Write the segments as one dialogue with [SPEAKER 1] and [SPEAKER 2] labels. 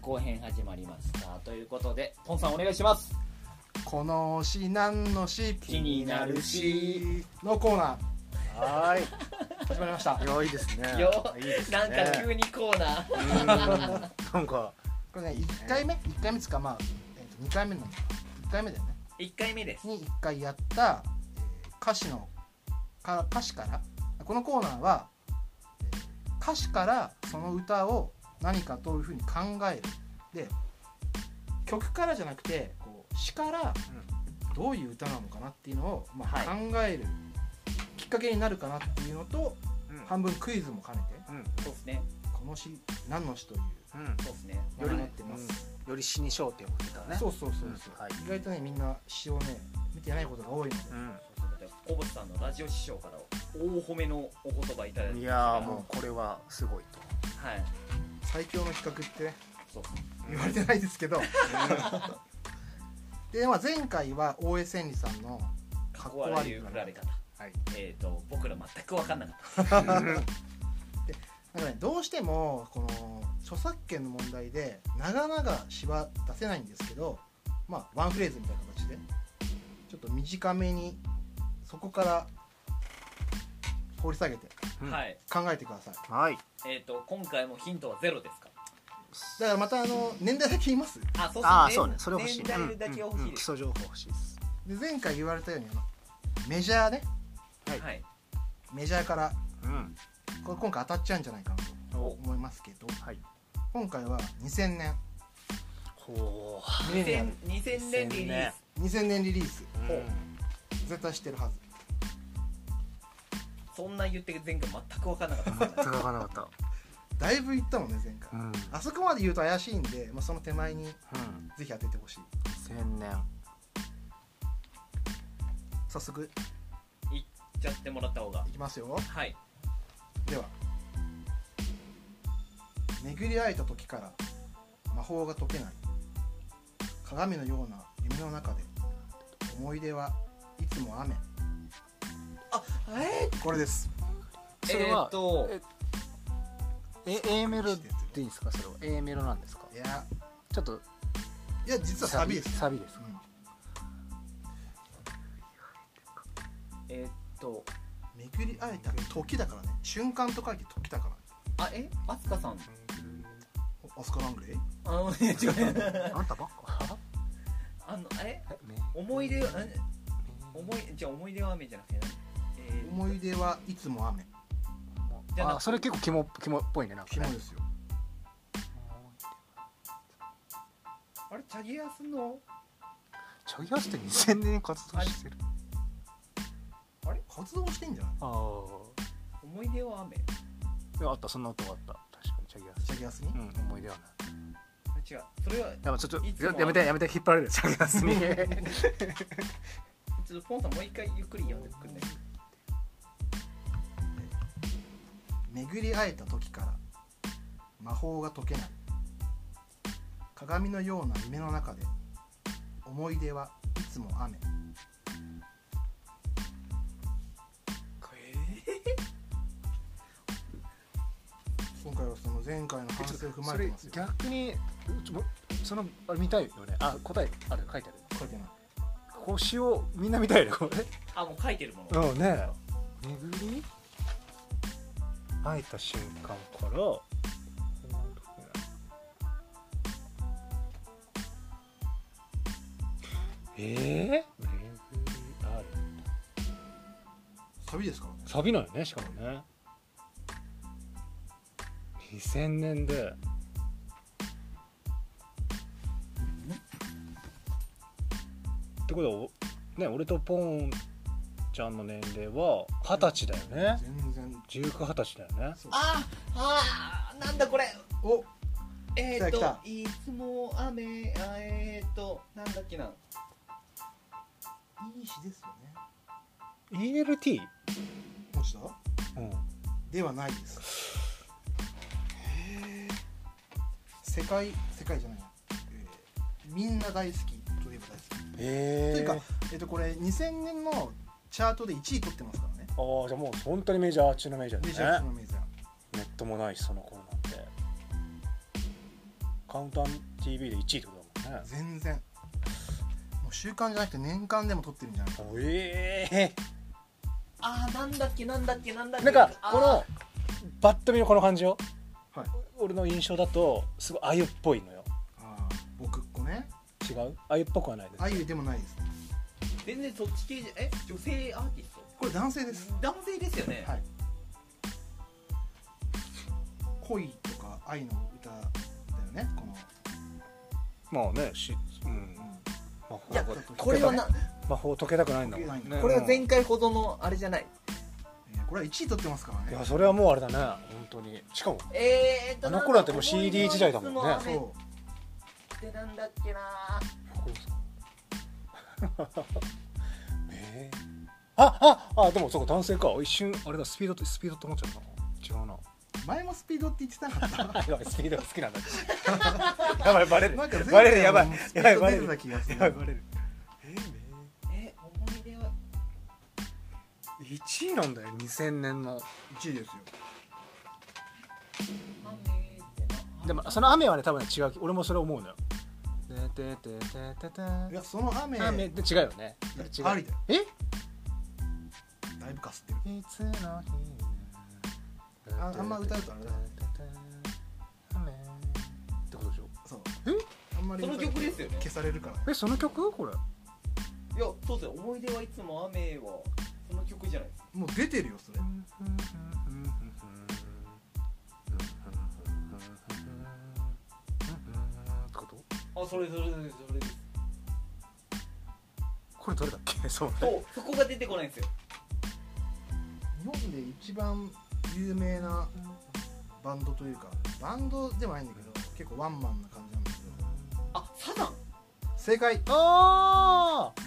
[SPEAKER 1] 後編始まりましたということでポンさんお願いします
[SPEAKER 2] このしなんのし
[SPEAKER 1] 気になるし
[SPEAKER 2] のコーナ
[SPEAKER 3] は
[SPEAKER 2] ー始まりました
[SPEAKER 3] ーい。いやいいですね。
[SPEAKER 1] よ
[SPEAKER 3] いいですね。
[SPEAKER 1] なんか急にコーナー
[SPEAKER 3] うんなん
[SPEAKER 2] こ
[SPEAKER 3] か
[SPEAKER 2] れね1回目1回目つかまあ、え2回目の1回目だよね
[SPEAKER 1] 1回目です
[SPEAKER 2] に1回やった、えー歌詞のか歌詞からこのコーナーは、えー歌詞からその歌を何かというふうに考えるで曲からじゃなくてこう詞からどういう歌なのかなっていうのを、まあ
[SPEAKER 1] は
[SPEAKER 2] 考えるきっかけになるかなっていうのと
[SPEAKER 3] うん
[SPEAKER 2] 半分クイズも兼ねて
[SPEAKER 3] うん
[SPEAKER 1] そうですね
[SPEAKER 2] この詩何の詩という
[SPEAKER 3] うん
[SPEAKER 1] そうですね
[SPEAKER 2] よりなってます、
[SPEAKER 3] うんより死に焦点を置いたね。
[SPEAKER 2] そうそうそうそう、
[SPEAKER 3] うんはい
[SPEAKER 2] 意外とねみんな詩をね見てないことが多いので、
[SPEAKER 3] う
[SPEAKER 1] 小渕さんのラジオ師匠から大褒めのお言葉いただい
[SPEAKER 3] ん。
[SPEAKER 1] て
[SPEAKER 3] いやーもうこれはすごいと。
[SPEAKER 1] はい
[SPEAKER 2] 最強の企画ってね
[SPEAKER 1] そう
[SPEAKER 2] 言われてないですけどで、まあ、前回は大江千里さんの
[SPEAKER 1] かっこ悪い振られ方
[SPEAKER 3] はい。
[SPEAKER 1] えっ、と僕ら全く分かんなかっ
[SPEAKER 2] なんか、ね、どうしてもこの著作権の問題で長々詩は出せないんですけど、まあ、ワンフレーズみたいな形でちょっと短めにそこから掘り下げて
[SPEAKER 1] た、
[SPEAKER 3] うん
[SPEAKER 1] はい
[SPEAKER 2] 考えてください
[SPEAKER 3] はい。
[SPEAKER 1] えっ、と今回もヒントはゼロですか
[SPEAKER 2] だからまたあの年代だけ言います
[SPEAKER 1] あそうっすね
[SPEAKER 3] ああそうね。それ欲しい。
[SPEAKER 1] 年代だけ欲
[SPEAKER 3] うん
[SPEAKER 1] し
[SPEAKER 3] う
[SPEAKER 1] い
[SPEAKER 3] ん基
[SPEAKER 1] です、
[SPEAKER 3] 礎情報欲しいです。
[SPEAKER 2] で前回言われたようにあのメジャーね
[SPEAKER 3] うん
[SPEAKER 1] はい
[SPEAKER 2] メジャーから
[SPEAKER 3] うん。
[SPEAKER 2] これ今回当たっちゃうんじゃないかなと思いますけど
[SPEAKER 3] はい。
[SPEAKER 2] 今回は2000年
[SPEAKER 3] ほ
[SPEAKER 2] ミレニアム
[SPEAKER 1] 2000 2000年リリース
[SPEAKER 2] 2000年リリース
[SPEAKER 3] う。
[SPEAKER 1] ほう
[SPEAKER 2] 絶対知ってるはず
[SPEAKER 1] そんな言って前回全く分かんな かったです
[SPEAKER 3] 全く分からなかっ
[SPEAKER 2] だいぶ言ったもんね前回、
[SPEAKER 3] た。うん。うん。
[SPEAKER 2] あそこまで言うと怪しいんで、まあ、その手前にぜひ当ててほしい
[SPEAKER 3] 千年。
[SPEAKER 2] 早速
[SPEAKER 1] 言っちゃってもらった方が
[SPEAKER 2] いきますよ
[SPEAKER 1] はい
[SPEAKER 2] では巡り会えた時から魔法が解けない鏡のような夢の中で思い出はいつも雨
[SPEAKER 1] あえ
[SPEAKER 2] これです
[SPEAKER 1] え
[SPEAKER 3] それは
[SPEAKER 1] ーっと
[SPEAKER 3] え A メロでいいんですかそれは A メロなんですか
[SPEAKER 2] いや
[SPEAKER 3] ちょっと
[SPEAKER 2] いや実はサビです、
[SPEAKER 3] サビです
[SPEAKER 1] えーっと
[SPEAKER 2] うん巡り会えた時だからね瞬間と書いて時だから
[SPEAKER 1] あえあつかさん
[SPEAKER 2] おオスカー・ラングレイ
[SPEAKER 1] あ の違う
[SPEAKER 3] あんたばっか
[SPEAKER 1] あのえ思い出はん思いじゃあ思い出は雨じゃなくて何えー
[SPEAKER 2] 思い出はいつも雨
[SPEAKER 1] じゃあなん
[SPEAKER 3] あ
[SPEAKER 1] か
[SPEAKER 3] それ結構キモキモっぽいねなんか
[SPEAKER 2] キ
[SPEAKER 3] ね
[SPEAKER 2] モですよ
[SPEAKER 1] あれチャギアスの
[SPEAKER 3] チャギアスって2000年活動してる
[SPEAKER 2] 活動してんじゃない
[SPEAKER 3] ああ
[SPEAKER 1] 思い出は雨
[SPEAKER 3] あったそんな音があった確かにチャギアス
[SPEAKER 2] チャギアスに、
[SPEAKER 3] うん思い出はない
[SPEAKER 1] あ違うそれは
[SPEAKER 3] でもちょっと
[SPEAKER 1] いつも
[SPEAKER 3] ややめてやめて引っ張られるチャギアスに
[SPEAKER 1] ちょっとポンさんもう一回ゆっくり読んでくんない
[SPEAKER 2] 巡り会えた時から魔法が解けない鏡のような夢の中で思い出はいつも雨今回はその前回の反省を踏ま
[SPEAKER 3] そ
[SPEAKER 2] えて
[SPEAKER 3] れ
[SPEAKER 2] ますよ
[SPEAKER 3] 逆にちょもそのあれ見たいよねあ答えある書いてある
[SPEAKER 2] 書いてない
[SPEAKER 3] 星をみんな見たいよねこれ
[SPEAKER 1] あもう書いてるもの
[SPEAKER 3] うんね巡り会えた瞬間からえー、巡り会え
[SPEAKER 2] サビですからね
[SPEAKER 3] サビなんよねしかもね2000年でってことはおね俺とポンちゃんの年齢は二十歳だよね
[SPEAKER 2] 全然
[SPEAKER 3] 1920歳だよね
[SPEAKER 2] そう
[SPEAKER 1] ああーなんだこれ
[SPEAKER 2] お
[SPEAKER 1] え
[SPEAKER 2] 来た来
[SPEAKER 1] いつも雨あえー、っとなんだっけない
[SPEAKER 2] い詩ですよね
[SPEAKER 3] ELT?
[SPEAKER 2] 落ちた
[SPEAKER 3] うん
[SPEAKER 2] ではないです世界世界じゃないな、えーみんな大好きといえば大好き
[SPEAKER 3] え
[SPEAKER 2] というか、えっとこれ2000年のチャートで1位取ってますからね
[SPEAKER 3] ああじゃあもう本当にメジャー中のメジャー
[SPEAKER 2] メジャー
[SPEAKER 3] だ
[SPEAKER 2] そ
[SPEAKER 3] ね
[SPEAKER 2] のメジャー
[SPEAKER 3] ネットもないしその頃なんてカウンター TV で1位ってことだもんね
[SPEAKER 2] 全然もう週間じゃなくて年間でも撮ってるんじゃないか
[SPEAKER 3] おええ
[SPEAKER 1] あーなんだっけなんだっけなんだっけ
[SPEAKER 3] なんか
[SPEAKER 1] あー
[SPEAKER 3] このバッと見のこの感じよ、
[SPEAKER 2] はい
[SPEAKER 3] 俺の印象だとすごい鮎っぽいのよ
[SPEAKER 2] ああ僕っ子ね
[SPEAKER 3] 違う鮎っぽくはないです
[SPEAKER 2] あゆでもないですね
[SPEAKER 1] 全然そっち系じゃえ女性アーティスト
[SPEAKER 2] これ男性です
[SPEAKER 1] 男性ですよね、
[SPEAKER 2] はい恋とか愛の歌だよねこの、
[SPEAKER 3] まあねし、うん、
[SPEAKER 2] う
[SPEAKER 3] 魔法
[SPEAKER 1] いや
[SPEAKER 2] ちょっと
[SPEAKER 1] これはな、
[SPEAKER 3] 魔法解けたくないんだも
[SPEAKER 2] 解け
[SPEAKER 3] ん、
[SPEAKER 2] ない
[SPEAKER 3] ね、
[SPEAKER 1] これは
[SPEAKER 3] うん
[SPEAKER 1] 前回ほどのあれじゃない
[SPEAKER 2] んえーこれは1位取ってますから
[SPEAKER 3] い
[SPEAKER 2] ね
[SPEAKER 3] やそれはもうあれだね本当にしかも
[SPEAKER 1] えーっと
[SPEAKER 3] あの頃だってもう CD 時代だもんね
[SPEAKER 1] なんか思い出のいつも
[SPEAKER 2] そ
[SPEAKER 1] 雨ってなんだっけな
[SPEAKER 3] これですか えーあああでもそうか男性か一瞬あれだスピードってスピードって思っちゃったな違うな
[SPEAKER 2] う前もスピードって言ってなかった
[SPEAKER 3] あやばいスピードが好きなんだやばいバレる
[SPEAKER 2] なんか
[SPEAKER 3] バレるやばい
[SPEAKER 2] スピ
[SPEAKER 3] やば
[SPEAKER 2] ー
[SPEAKER 3] い
[SPEAKER 2] ド
[SPEAKER 3] バレ
[SPEAKER 2] 出
[SPEAKER 3] る
[SPEAKER 2] てた気がす
[SPEAKER 3] や
[SPEAKER 2] る
[SPEAKER 3] ばいバレるえ
[SPEAKER 1] え思い出は
[SPEAKER 3] ー、1位なんだよ2000年の
[SPEAKER 2] 1位ですよ
[SPEAKER 1] 雨ってな
[SPEAKER 3] でもその雨はね多分ね違う俺もそれ思うのよてててててて
[SPEAKER 2] いやその雨
[SPEAKER 3] 雨って違うよね違う
[SPEAKER 2] ありだよ
[SPEAKER 3] え
[SPEAKER 2] だいぶかすってる
[SPEAKER 3] いつの日
[SPEAKER 2] ああんま歌うとあれだね
[SPEAKER 3] 雨ってことでしょ
[SPEAKER 2] そう
[SPEAKER 3] え
[SPEAKER 2] あんまり
[SPEAKER 1] その曲ですよね
[SPEAKER 2] 消されるから
[SPEAKER 3] えその曲これ
[SPEAKER 1] いやそうですよ思い出はいつも雨はその曲じゃないですか
[SPEAKER 2] もう出てるよそれ
[SPEAKER 3] ってこと
[SPEAKER 1] あそれそれそれそれです
[SPEAKER 3] これどれだっけそう
[SPEAKER 1] そうそこが出てこないんですよ
[SPEAKER 2] 日本で一番有名なバンドというかバンドでもないんだけど結構ワンマンな感じなんだけど
[SPEAKER 1] あサザン
[SPEAKER 2] 正解
[SPEAKER 3] あー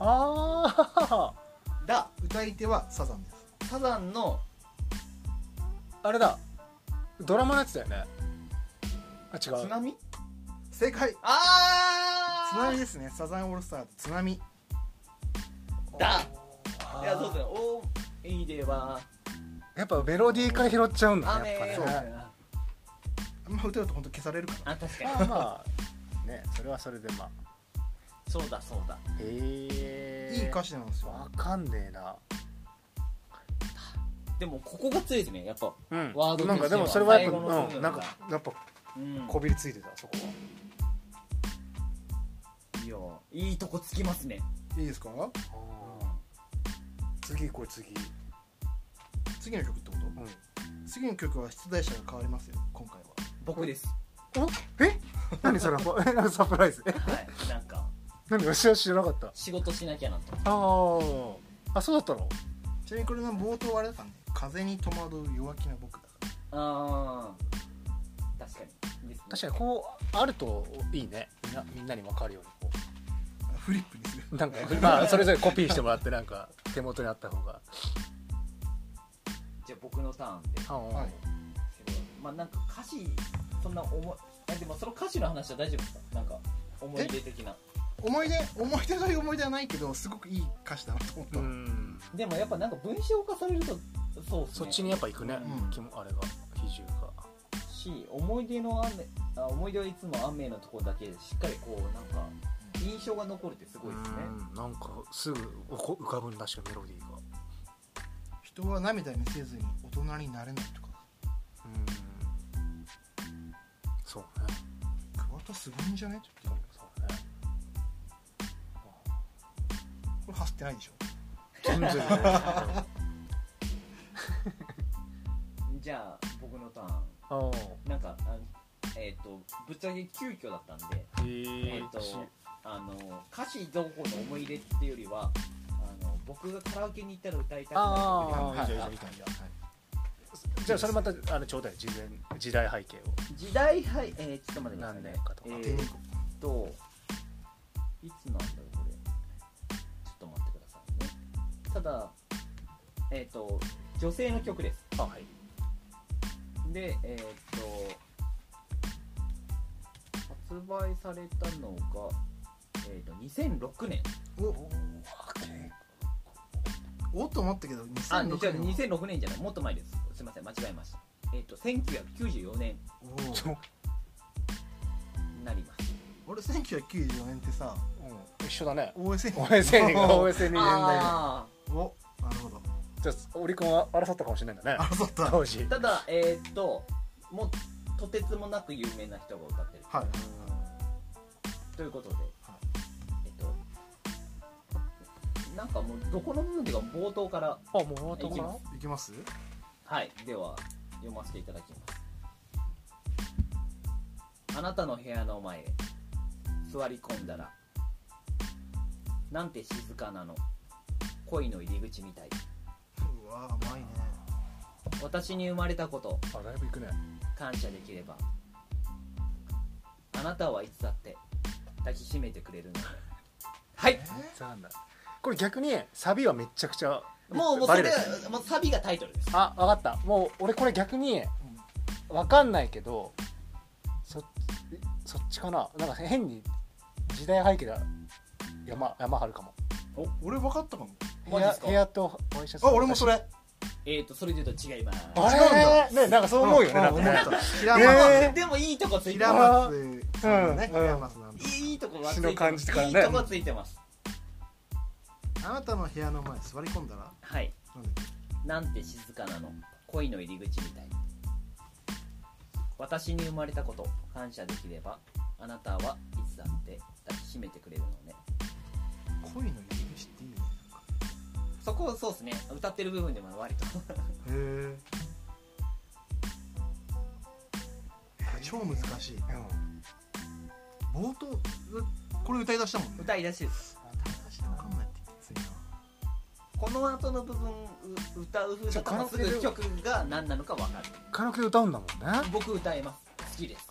[SPEAKER 3] あ
[SPEAKER 1] だ
[SPEAKER 2] 歌い手はサザンです
[SPEAKER 1] サザンの
[SPEAKER 3] ーあれだドラマのやつだよねあ違
[SPEAKER 1] 津
[SPEAKER 3] う
[SPEAKER 1] 波
[SPEAKER 2] 正解
[SPEAKER 1] あ
[SPEAKER 2] 津
[SPEAKER 1] あ
[SPEAKER 2] 波ですねサザンオールスターズ津波
[SPEAKER 1] だ
[SPEAKER 3] あー
[SPEAKER 1] いやそうですねおいいでは
[SPEAKER 3] やっぱメロディーから拾っちゃうんだ
[SPEAKER 1] 雨
[SPEAKER 3] ねやっぱね
[SPEAKER 2] そう
[SPEAKER 1] あ
[SPEAKER 2] あんま歌うと本当消されるから
[SPEAKER 1] 確か
[SPEAKER 3] まあまあねそれはそれでまあ
[SPEAKER 1] にそうだそうだ
[SPEAKER 3] へえ
[SPEAKER 2] いい歌詞なんですよ
[SPEAKER 3] わかんねえな
[SPEAKER 1] でもここが強いですねやっぱ
[SPEAKER 3] うん
[SPEAKER 1] ワードとしては
[SPEAKER 3] なんかでもそれはやっぱ
[SPEAKER 1] 最後の部
[SPEAKER 3] う
[SPEAKER 1] 分
[SPEAKER 3] ん
[SPEAKER 1] が
[SPEAKER 3] なんかやっぱ
[SPEAKER 1] うん
[SPEAKER 3] こびりついてたそこ
[SPEAKER 1] いやいいとこつきますね
[SPEAKER 2] いいですか
[SPEAKER 3] は次これ次
[SPEAKER 2] 次の曲ってこと
[SPEAKER 3] うん
[SPEAKER 2] 次の曲は出題者が変わりますよ今回は
[SPEAKER 1] 僕です
[SPEAKER 3] え何それ えなんかサプライズえ
[SPEAKER 1] はいなんか
[SPEAKER 3] 何私は知らなかった
[SPEAKER 1] 仕事しなきゃなと
[SPEAKER 3] あーあそうだったの
[SPEAKER 2] ちなみにこれの冒頭はあれだからね風に戸惑う弱気な僕だか
[SPEAKER 1] ああ確かにですね
[SPEAKER 3] 確かにこうあるといいねみんなみんなに分かるようにこ
[SPEAKER 2] らフリップにする
[SPEAKER 3] うなんかまあそれぞれコピーしてもらってなんか手元にあった方が
[SPEAKER 1] じゃあ僕のターンで
[SPEAKER 3] あー、
[SPEAKER 2] はい
[SPEAKER 1] まあなんか歌詞そんな思いえでもその歌詞の話は大丈夫ですかなんか思い出的な
[SPEAKER 2] 思い出思い出の思い出はないけどすごくいい歌詞だなと思った、
[SPEAKER 3] うん
[SPEAKER 1] でもやっぱなんか文章化されるとそうですね
[SPEAKER 3] そっちにやっぱ行くね、
[SPEAKER 2] うん
[SPEAKER 3] きもあれが比重が
[SPEAKER 1] し思い出の雨あ思い出はいつも雨のところだけしっかりこうなんか印象が残るってすごいですね
[SPEAKER 3] うんなんかすぐおこ浮かぶんだしかメロディーが
[SPEAKER 2] 人は涙にせずに大人になれないとか
[SPEAKER 3] うんそうね
[SPEAKER 2] 桑田すごいんじゃねちょっと
[SPEAKER 3] そうね
[SPEAKER 2] これ走ってないでしょ
[SPEAKER 3] 全然ね
[SPEAKER 1] じゃあ僕のター
[SPEAKER 3] ああ
[SPEAKER 1] ンなんかあのえっ、とぶっちゃけ急遽だったんで
[SPEAKER 3] へ
[SPEAKER 1] え
[SPEAKER 3] え
[SPEAKER 1] っとあの歌詞どうこうの思い入れっていうよりはあの僕がカラオケに行ったら歌いたく
[SPEAKER 3] あ
[SPEAKER 1] な
[SPEAKER 3] あ
[SPEAKER 1] る
[SPEAKER 3] ああいいじゃんいいじゃんいいじゃんじゃあそれまたあのちょうだい事前時代背景を
[SPEAKER 1] 時代はいえー、ちょっと待ってください
[SPEAKER 3] 何
[SPEAKER 1] ね
[SPEAKER 3] 年かとか
[SPEAKER 1] え
[SPEAKER 2] 当てに
[SPEAKER 1] ー
[SPEAKER 2] 行
[SPEAKER 1] っ
[SPEAKER 2] こう
[SPEAKER 1] といつなんだろうこれちょっと待ってくださいねただえっ、と女性の曲です
[SPEAKER 3] あはい
[SPEAKER 1] でえーっと発売されたのが、えー、と2006年
[SPEAKER 2] おおと思ったけど
[SPEAKER 1] あ違う
[SPEAKER 2] 2006年は
[SPEAKER 1] 2006年じゃないもっと前ですすいません間違えましたえーっ、と1994年
[SPEAKER 2] おお
[SPEAKER 3] ちょ
[SPEAKER 2] 俺1994年ってさ
[SPEAKER 3] うん、一緒だね
[SPEAKER 2] OSN
[SPEAKER 3] 大江千里が大江千里年代だ
[SPEAKER 1] あ
[SPEAKER 2] おなるほど
[SPEAKER 3] じゃあオリコンは争ったかもしれないんだね
[SPEAKER 2] 争ったはい
[SPEAKER 3] 当時
[SPEAKER 1] ーただえーっともうとてつもなく有名な人が歌ってる
[SPEAKER 2] はい
[SPEAKER 1] ということで、えっとなんかもうどこの部分というか冒頭から
[SPEAKER 3] あもう終わった
[SPEAKER 1] いき
[SPEAKER 3] か
[SPEAKER 1] ま
[SPEAKER 3] な
[SPEAKER 1] す
[SPEAKER 2] いきます
[SPEAKER 1] はいでは読ませていただきますあなたの部屋の前へ座り込んだらなんて静かなの恋の入り口みたいう
[SPEAKER 2] わ甘いね
[SPEAKER 1] 私に生まれたこと
[SPEAKER 3] あだいぶいくね
[SPEAKER 1] 感謝できればあなたはいつだって抱きしめてくれるのではい
[SPEAKER 3] そうなんだこれ逆にサビはめちゃくちゃ
[SPEAKER 1] もうもうそ
[SPEAKER 3] バレ
[SPEAKER 1] れ
[SPEAKER 3] る
[SPEAKER 1] もうサビがタイトルです
[SPEAKER 3] あ分かったもう俺これ逆にわかんないけどそそっちかななんか変に時代背景だ山山張るかも
[SPEAKER 2] 俺分かったかも
[SPEAKER 1] マ
[SPEAKER 3] 部
[SPEAKER 1] ジっ
[SPEAKER 3] 屋
[SPEAKER 1] すか
[SPEAKER 3] 部屋とワイシャツ
[SPEAKER 2] あ俺もそれ
[SPEAKER 1] えっ、ー、とそれで言うと違います
[SPEAKER 3] あれ
[SPEAKER 2] 違うんだ
[SPEAKER 3] ねなんかそう思うよねなん
[SPEAKER 2] ん
[SPEAKER 3] か
[SPEAKER 2] 思っ
[SPEAKER 3] ね
[SPEAKER 2] た平松、
[SPEAKER 3] え
[SPEAKER 1] でもいいとこついて
[SPEAKER 2] 平
[SPEAKER 1] ま
[SPEAKER 2] 松さんだね
[SPEAKER 3] うん
[SPEAKER 2] 平松なんだ
[SPEAKER 1] すいいとこがつい
[SPEAKER 3] 詩
[SPEAKER 1] てます
[SPEAKER 3] の感じとかね
[SPEAKER 1] いいとこついてます
[SPEAKER 2] あなたの部屋の前座り込んだら
[SPEAKER 1] はい
[SPEAKER 2] なんだっけ
[SPEAKER 1] なんて静かなの恋の入り口みたい私に生まれたこと感謝できればあなたはいつだって抱きしめてくれるのね
[SPEAKER 2] 恋の入り口っていいね
[SPEAKER 1] そこそうですね歌ってる部分でも割と
[SPEAKER 2] へえ超難しい
[SPEAKER 3] ーうん
[SPEAKER 2] 冒頭うこれ歌い出したもんね
[SPEAKER 1] 歌い出しです
[SPEAKER 2] 歌い出したわかんないってきついな
[SPEAKER 1] この後の部分う歌う風だったらすぐ曲が何なのか分かる
[SPEAKER 3] カラオケで歌うんだもんね
[SPEAKER 1] 僕歌えます好きです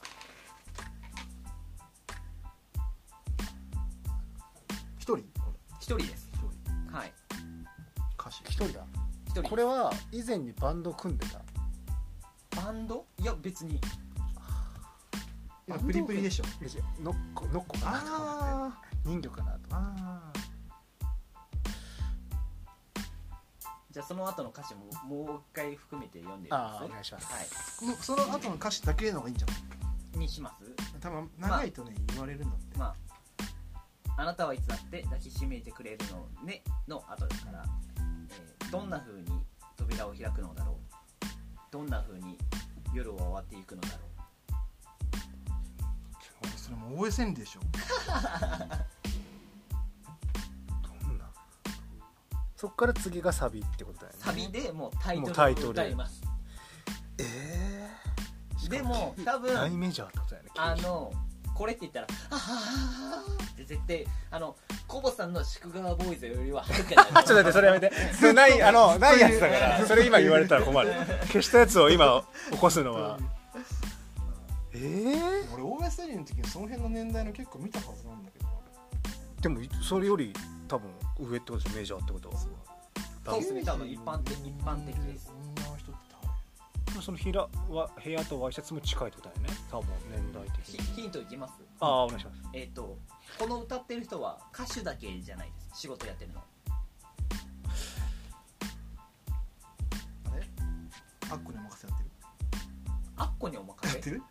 [SPEAKER 2] 一人これ
[SPEAKER 1] 一人です
[SPEAKER 2] 一人
[SPEAKER 1] はい
[SPEAKER 2] 歌詞
[SPEAKER 3] 一人だ
[SPEAKER 1] 一人
[SPEAKER 3] これは以前にバンド組んでた
[SPEAKER 1] バンドいや別に
[SPEAKER 2] 今プリプリでしょ
[SPEAKER 3] ノッコノッコかなと思
[SPEAKER 2] あ
[SPEAKER 3] って人魚かなと
[SPEAKER 2] ーあ
[SPEAKER 1] じゃあその後の歌詞ももう一回含めて読んでみま
[SPEAKER 3] ああ
[SPEAKER 1] す
[SPEAKER 3] お願いします、
[SPEAKER 1] はい
[SPEAKER 2] ーこのその後の歌詞だけの方がいいんじゃない
[SPEAKER 1] にします
[SPEAKER 2] 多分長いとね言われるんだって
[SPEAKER 1] まあ、あなたはいつだって抱きしめてくれるのねの後だから、えーどんな風に扉を開くのだろうどんな風に夜は終わっていくのだろ
[SPEAKER 2] それもう OSN でしょ
[SPEAKER 3] どんなそっから次がサビってことだよ
[SPEAKER 1] う
[SPEAKER 3] ね
[SPEAKER 1] サビでもうタイ
[SPEAKER 3] もうタイ
[SPEAKER 1] ト
[SPEAKER 3] ト
[SPEAKER 1] ル
[SPEAKER 3] ル
[SPEAKER 1] を歌います
[SPEAKER 3] ええし
[SPEAKER 1] で
[SPEAKER 3] かも
[SPEAKER 1] も多
[SPEAKER 3] 大
[SPEAKER 1] 分
[SPEAKER 3] メジャーってことだよね
[SPEAKER 1] あのこれって言ったら「あはーって絶対あのコボさんの「宿川ボーイズ」よりははるかにな
[SPEAKER 3] あちょっと待ってそれやめてそれないあのないやつだからそれ今言われたら困る消したやつを今起こすのはええ
[SPEAKER 2] 俺 OSN の時にその辺の年代の結構見たはずなんだけど
[SPEAKER 3] でもそれより多分上ってことでしょメジャーってことは
[SPEAKER 1] そうですね多分一般的一般的です
[SPEAKER 2] 女の人って
[SPEAKER 3] そのひらは部屋とワイシャツも近いってことだよね多分年代的
[SPEAKER 1] ヒ
[SPEAKER 3] に
[SPEAKER 1] ヒントいきます
[SPEAKER 3] ああお願いします
[SPEAKER 1] えっ、とこの歌ってる人は歌手だけじゃないです仕事やってるの
[SPEAKER 2] あれアッコに任せやってる
[SPEAKER 1] アッコにお任せ
[SPEAKER 2] やってる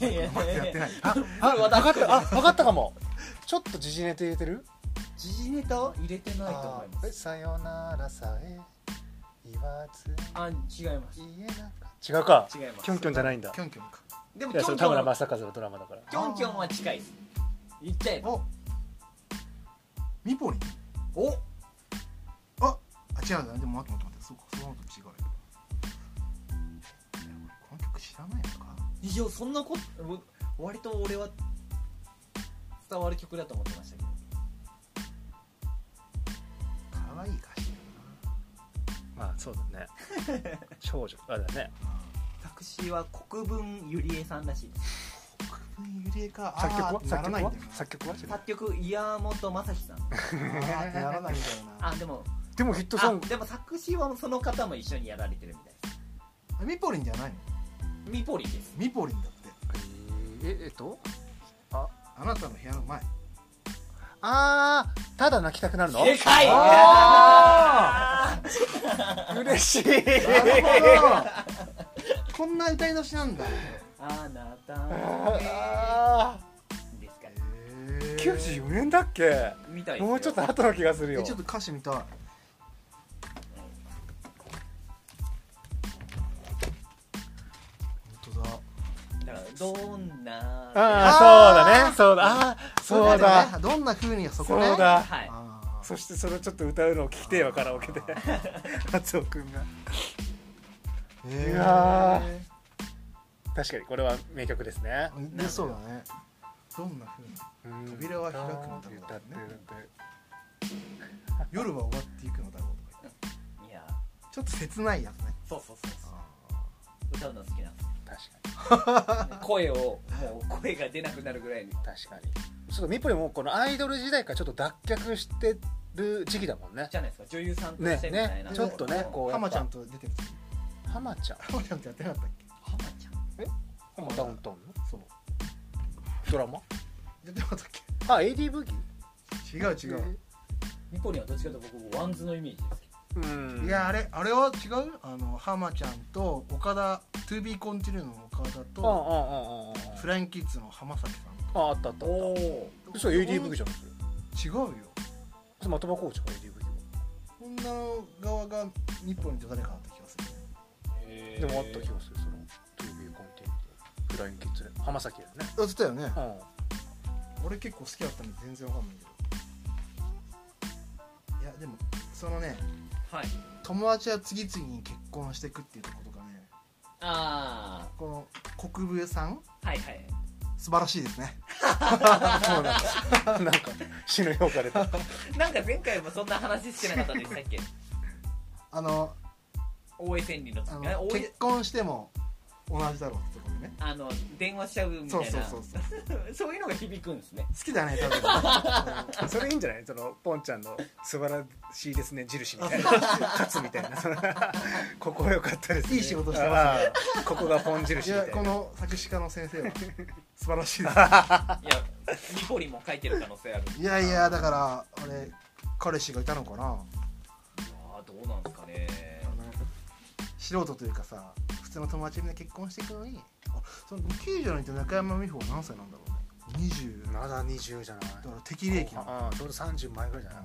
[SPEAKER 1] いやいやいやいや
[SPEAKER 2] やってない
[SPEAKER 3] あ
[SPEAKER 1] あ
[SPEAKER 3] 分かったあ分かったかもちょっと時事ネタ入れてる
[SPEAKER 1] 時事ネタを入れてないと思います
[SPEAKER 3] さよならさえ言わず
[SPEAKER 1] あ違います
[SPEAKER 3] 言えなかった違うか
[SPEAKER 1] 違います
[SPEAKER 3] キョンキョンじゃないんだ
[SPEAKER 2] キョンキョンか
[SPEAKER 1] でも
[SPEAKER 3] い
[SPEAKER 1] キョ
[SPEAKER 3] や
[SPEAKER 1] ン
[SPEAKER 3] そ
[SPEAKER 1] キョ
[SPEAKER 3] れ
[SPEAKER 1] ン
[SPEAKER 3] 田村正和のドラマだから
[SPEAKER 1] キョンキョンは近いです言っちゃえば
[SPEAKER 2] おミポリン
[SPEAKER 1] お
[SPEAKER 2] ああ違うなでも待って待って待ってそうかそのと違うよいや俺この曲知らないのか
[SPEAKER 1] いやそんなこと割と俺は伝わる曲だと思ってましたけど
[SPEAKER 2] 可愛い歌詞だ
[SPEAKER 3] まあそう だね少女あれだね
[SPEAKER 2] な
[SPEAKER 1] 作詞は国分ゆりえさんらしいです
[SPEAKER 2] 国分ゆりえか
[SPEAKER 3] 作曲
[SPEAKER 2] あー
[SPEAKER 3] は
[SPEAKER 2] ってならな
[SPEAKER 3] 作曲
[SPEAKER 2] いん
[SPEAKER 3] は
[SPEAKER 2] だよな
[SPEAKER 3] 作曲は
[SPEAKER 1] 作曲岩本正史さ ん
[SPEAKER 2] あーってならないんだよな
[SPEAKER 1] あでも
[SPEAKER 3] でもヒットソ
[SPEAKER 1] あ
[SPEAKER 3] ング
[SPEAKER 1] でも作詞はその方も一緒にやられてるみたいです
[SPEAKER 2] あミポリンじゃないの
[SPEAKER 1] ミポリン です
[SPEAKER 2] ミポリンだって
[SPEAKER 3] えーえっと
[SPEAKER 2] あなたの部屋の 前
[SPEAKER 3] あーただ泣きたくなるの
[SPEAKER 1] でかい
[SPEAKER 3] あ嬉しい
[SPEAKER 2] なる ほどこんな歌い出しなんだ
[SPEAKER 1] あなた
[SPEAKER 3] あ
[SPEAKER 1] です
[SPEAKER 3] 94年だっけ
[SPEAKER 1] みたいですよ
[SPEAKER 3] もうちょっと後の気がする
[SPEAKER 2] え
[SPEAKER 3] よ
[SPEAKER 2] ちょっと歌詞見たい本当だ
[SPEAKER 1] だからどんな
[SPEAKER 3] ああそうだねそうだあーそうだ
[SPEAKER 2] ねどんな風にそ
[SPEAKER 3] そ
[SPEAKER 2] こ
[SPEAKER 3] う
[SPEAKER 2] ね
[SPEAKER 1] は
[SPEAKER 3] だ
[SPEAKER 1] い
[SPEAKER 2] あー
[SPEAKER 3] そしてそれをちょっと歌うのを聞きてえわカラオ ケで松尾くんが
[SPEAKER 2] へー
[SPEAKER 3] いや確かにこれは名曲ですね
[SPEAKER 2] でそうだねどんな風に扉は開くのだろうね
[SPEAKER 3] 歌って歌って
[SPEAKER 2] 夜は終わっていくのだろうとか言って
[SPEAKER 1] いや
[SPEAKER 2] ちょっと切ないやつね
[SPEAKER 1] そうそうそうそ
[SPEAKER 2] あ
[SPEAKER 1] う歌うの好きなんです
[SPEAKER 3] 確
[SPEAKER 1] よ声をもう声が出なくなるぐらいに
[SPEAKER 3] かに確かにちょっとミポリンもこのアイドル時代からちょっと脱却してる時期だもんね
[SPEAKER 1] じゃないですか女優さんと
[SPEAKER 3] ね
[SPEAKER 1] してみたいな、
[SPEAKER 3] ね
[SPEAKER 2] ね
[SPEAKER 3] ちょっとねこ
[SPEAKER 2] ー
[SPEAKER 3] うやっ
[SPEAKER 2] 浜
[SPEAKER 3] ぱ
[SPEAKER 2] ちゃんと出てる時
[SPEAKER 3] 浜ちゃん
[SPEAKER 2] 浜ちゃんとやってなかったっけ
[SPEAKER 1] 浜ちゃん
[SPEAKER 2] 浜
[SPEAKER 3] ダウンタウンの
[SPEAKER 2] そう
[SPEAKER 3] ドラマ
[SPEAKER 2] やってなかったっけ
[SPEAKER 3] あ AD ブギ
[SPEAKER 2] 違う違う、
[SPEAKER 1] ニコリンはどっちかというと僕ワンズのイメージですけど
[SPEAKER 3] うん
[SPEAKER 2] いやあれあれは違うあの浜ちゃんと岡田 2BECONTINUE の岡田
[SPEAKER 3] うんうんうん
[SPEAKER 2] と
[SPEAKER 3] うんうん
[SPEAKER 2] フラインキッズの浜崎さん
[SPEAKER 3] ああったあったあっ
[SPEAKER 1] お
[SPEAKER 3] たそう AD ブギじゃんそれ
[SPEAKER 2] 違うよ
[SPEAKER 3] それ的場コーチか AD ブギは
[SPEAKER 2] 女の側が日本にと誰かだった気がする
[SPEAKER 3] でもあった気がするその 2B コンテンツフライングキッズで浜崎だよね
[SPEAKER 2] あ言ってたよね
[SPEAKER 3] うん
[SPEAKER 2] 俺結構好きだったんで全然わかんないけどいやでもそのね
[SPEAKER 1] はい
[SPEAKER 2] 友達は次々に結婚していくっていうところとかね
[SPEAKER 1] あ
[SPEAKER 2] この国分さん
[SPEAKER 1] あはいはい
[SPEAKER 2] 素晴らしいですね
[SPEAKER 3] そうなんだなんか死ぬ評価出た
[SPEAKER 1] なんか前回もそんな話してなかったでしたっ け
[SPEAKER 2] あの
[SPEAKER 1] 大江千里の
[SPEAKER 2] あ
[SPEAKER 1] 時
[SPEAKER 2] の
[SPEAKER 1] 大江
[SPEAKER 2] 結婚しても同じだろうってところでね
[SPEAKER 1] あの電話しちゃうみたい
[SPEAKER 2] そう
[SPEAKER 1] な
[SPEAKER 2] そうそうそう
[SPEAKER 1] そういうのが響くんですね
[SPEAKER 2] 好きだね多 分
[SPEAKER 3] それいいんじゃないそのポンちゃんの素晴らしいですね印みた いな勝つみたいなそのここ良かったですね
[SPEAKER 2] いい仕事してますね
[SPEAKER 3] あーここがポン
[SPEAKER 2] い
[SPEAKER 3] 印み
[SPEAKER 2] や
[SPEAKER 3] たいな
[SPEAKER 2] この作詞家の先 生は素晴らしいで
[SPEAKER 1] い
[SPEAKER 2] す
[SPEAKER 1] やニコリンも書いてる可能 性ある
[SPEAKER 2] いやいやだから俺彼氏がいたのかな
[SPEAKER 1] ああどうなんですかね
[SPEAKER 2] あの素人というかさ普通の友達みんな結婚していくのにあその90の人中山美穂は何歳なんだろうね20だか
[SPEAKER 3] まだ20じゃない
[SPEAKER 2] ら適齢期なのだか
[SPEAKER 3] ああちょうど30前ぐらいじゃない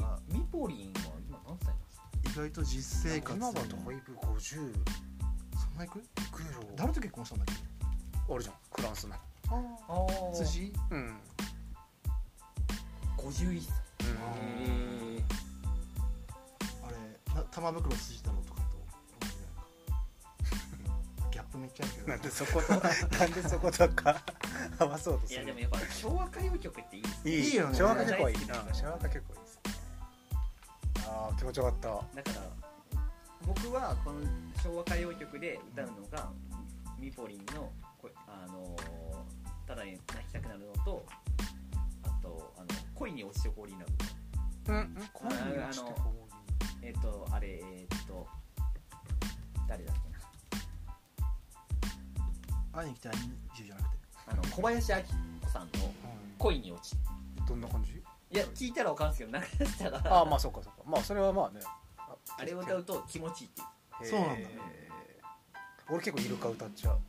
[SPEAKER 2] ら
[SPEAKER 1] ミミポリンは今何歳なんですか
[SPEAKER 2] 意外と実生活
[SPEAKER 3] 今
[SPEAKER 2] に
[SPEAKER 3] だとホイブ50
[SPEAKER 2] そんないく
[SPEAKER 3] いくでしょ
[SPEAKER 2] 誰と結婚したんだっけ
[SPEAKER 3] あるじゃんフランスの
[SPEAKER 2] あ
[SPEAKER 1] あ
[SPEAKER 2] あ
[SPEAKER 1] あ
[SPEAKER 2] 辻
[SPEAKER 3] うん
[SPEAKER 1] 51歳へ
[SPEAKER 2] あれな玉袋辻太郎とかと同じぐ らいかギャップめっちゃあるけ
[SPEAKER 3] なん
[SPEAKER 2] ど
[SPEAKER 3] でそ ことなんでそことか 合わそうと
[SPEAKER 1] え
[SPEAKER 3] す
[SPEAKER 1] いや
[SPEAKER 3] る
[SPEAKER 1] でもやっぱ昭和歌謡曲っていいです
[SPEAKER 3] い
[SPEAKER 1] ね
[SPEAKER 2] いいよね
[SPEAKER 3] 昭和歌曲はいい
[SPEAKER 1] 大好き
[SPEAKER 3] な
[SPEAKER 1] です
[SPEAKER 3] 昭和歌曲はいいですねああ気持ちよかった
[SPEAKER 1] だから僕はこの昭和歌謡曲で歌うのが、ミポリンのこあのーただに泣きたくなるのとあとあの恋に落ちて氷になる
[SPEAKER 3] うん
[SPEAKER 1] 恋に落ちてこえっ、とあれえっ、と誰だっけな
[SPEAKER 2] 会いに来た20じゃなくて
[SPEAKER 1] あの小林明子さんの恋に落ち
[SPEAKER 3] どんな感じ
[SPEAKER 1] いや聞いたらわかるんですけど流したら
[SPEAKER 3] ああまあそうかそうかまあそれはまあね
[SPEAKER 1] あれを歌うと気持ちいいっていう
[SPEAKER 3] へー
[SPEAKER 2] そうなんだ
[SPEAKER 3] 俺結構イルカ歌っちゃう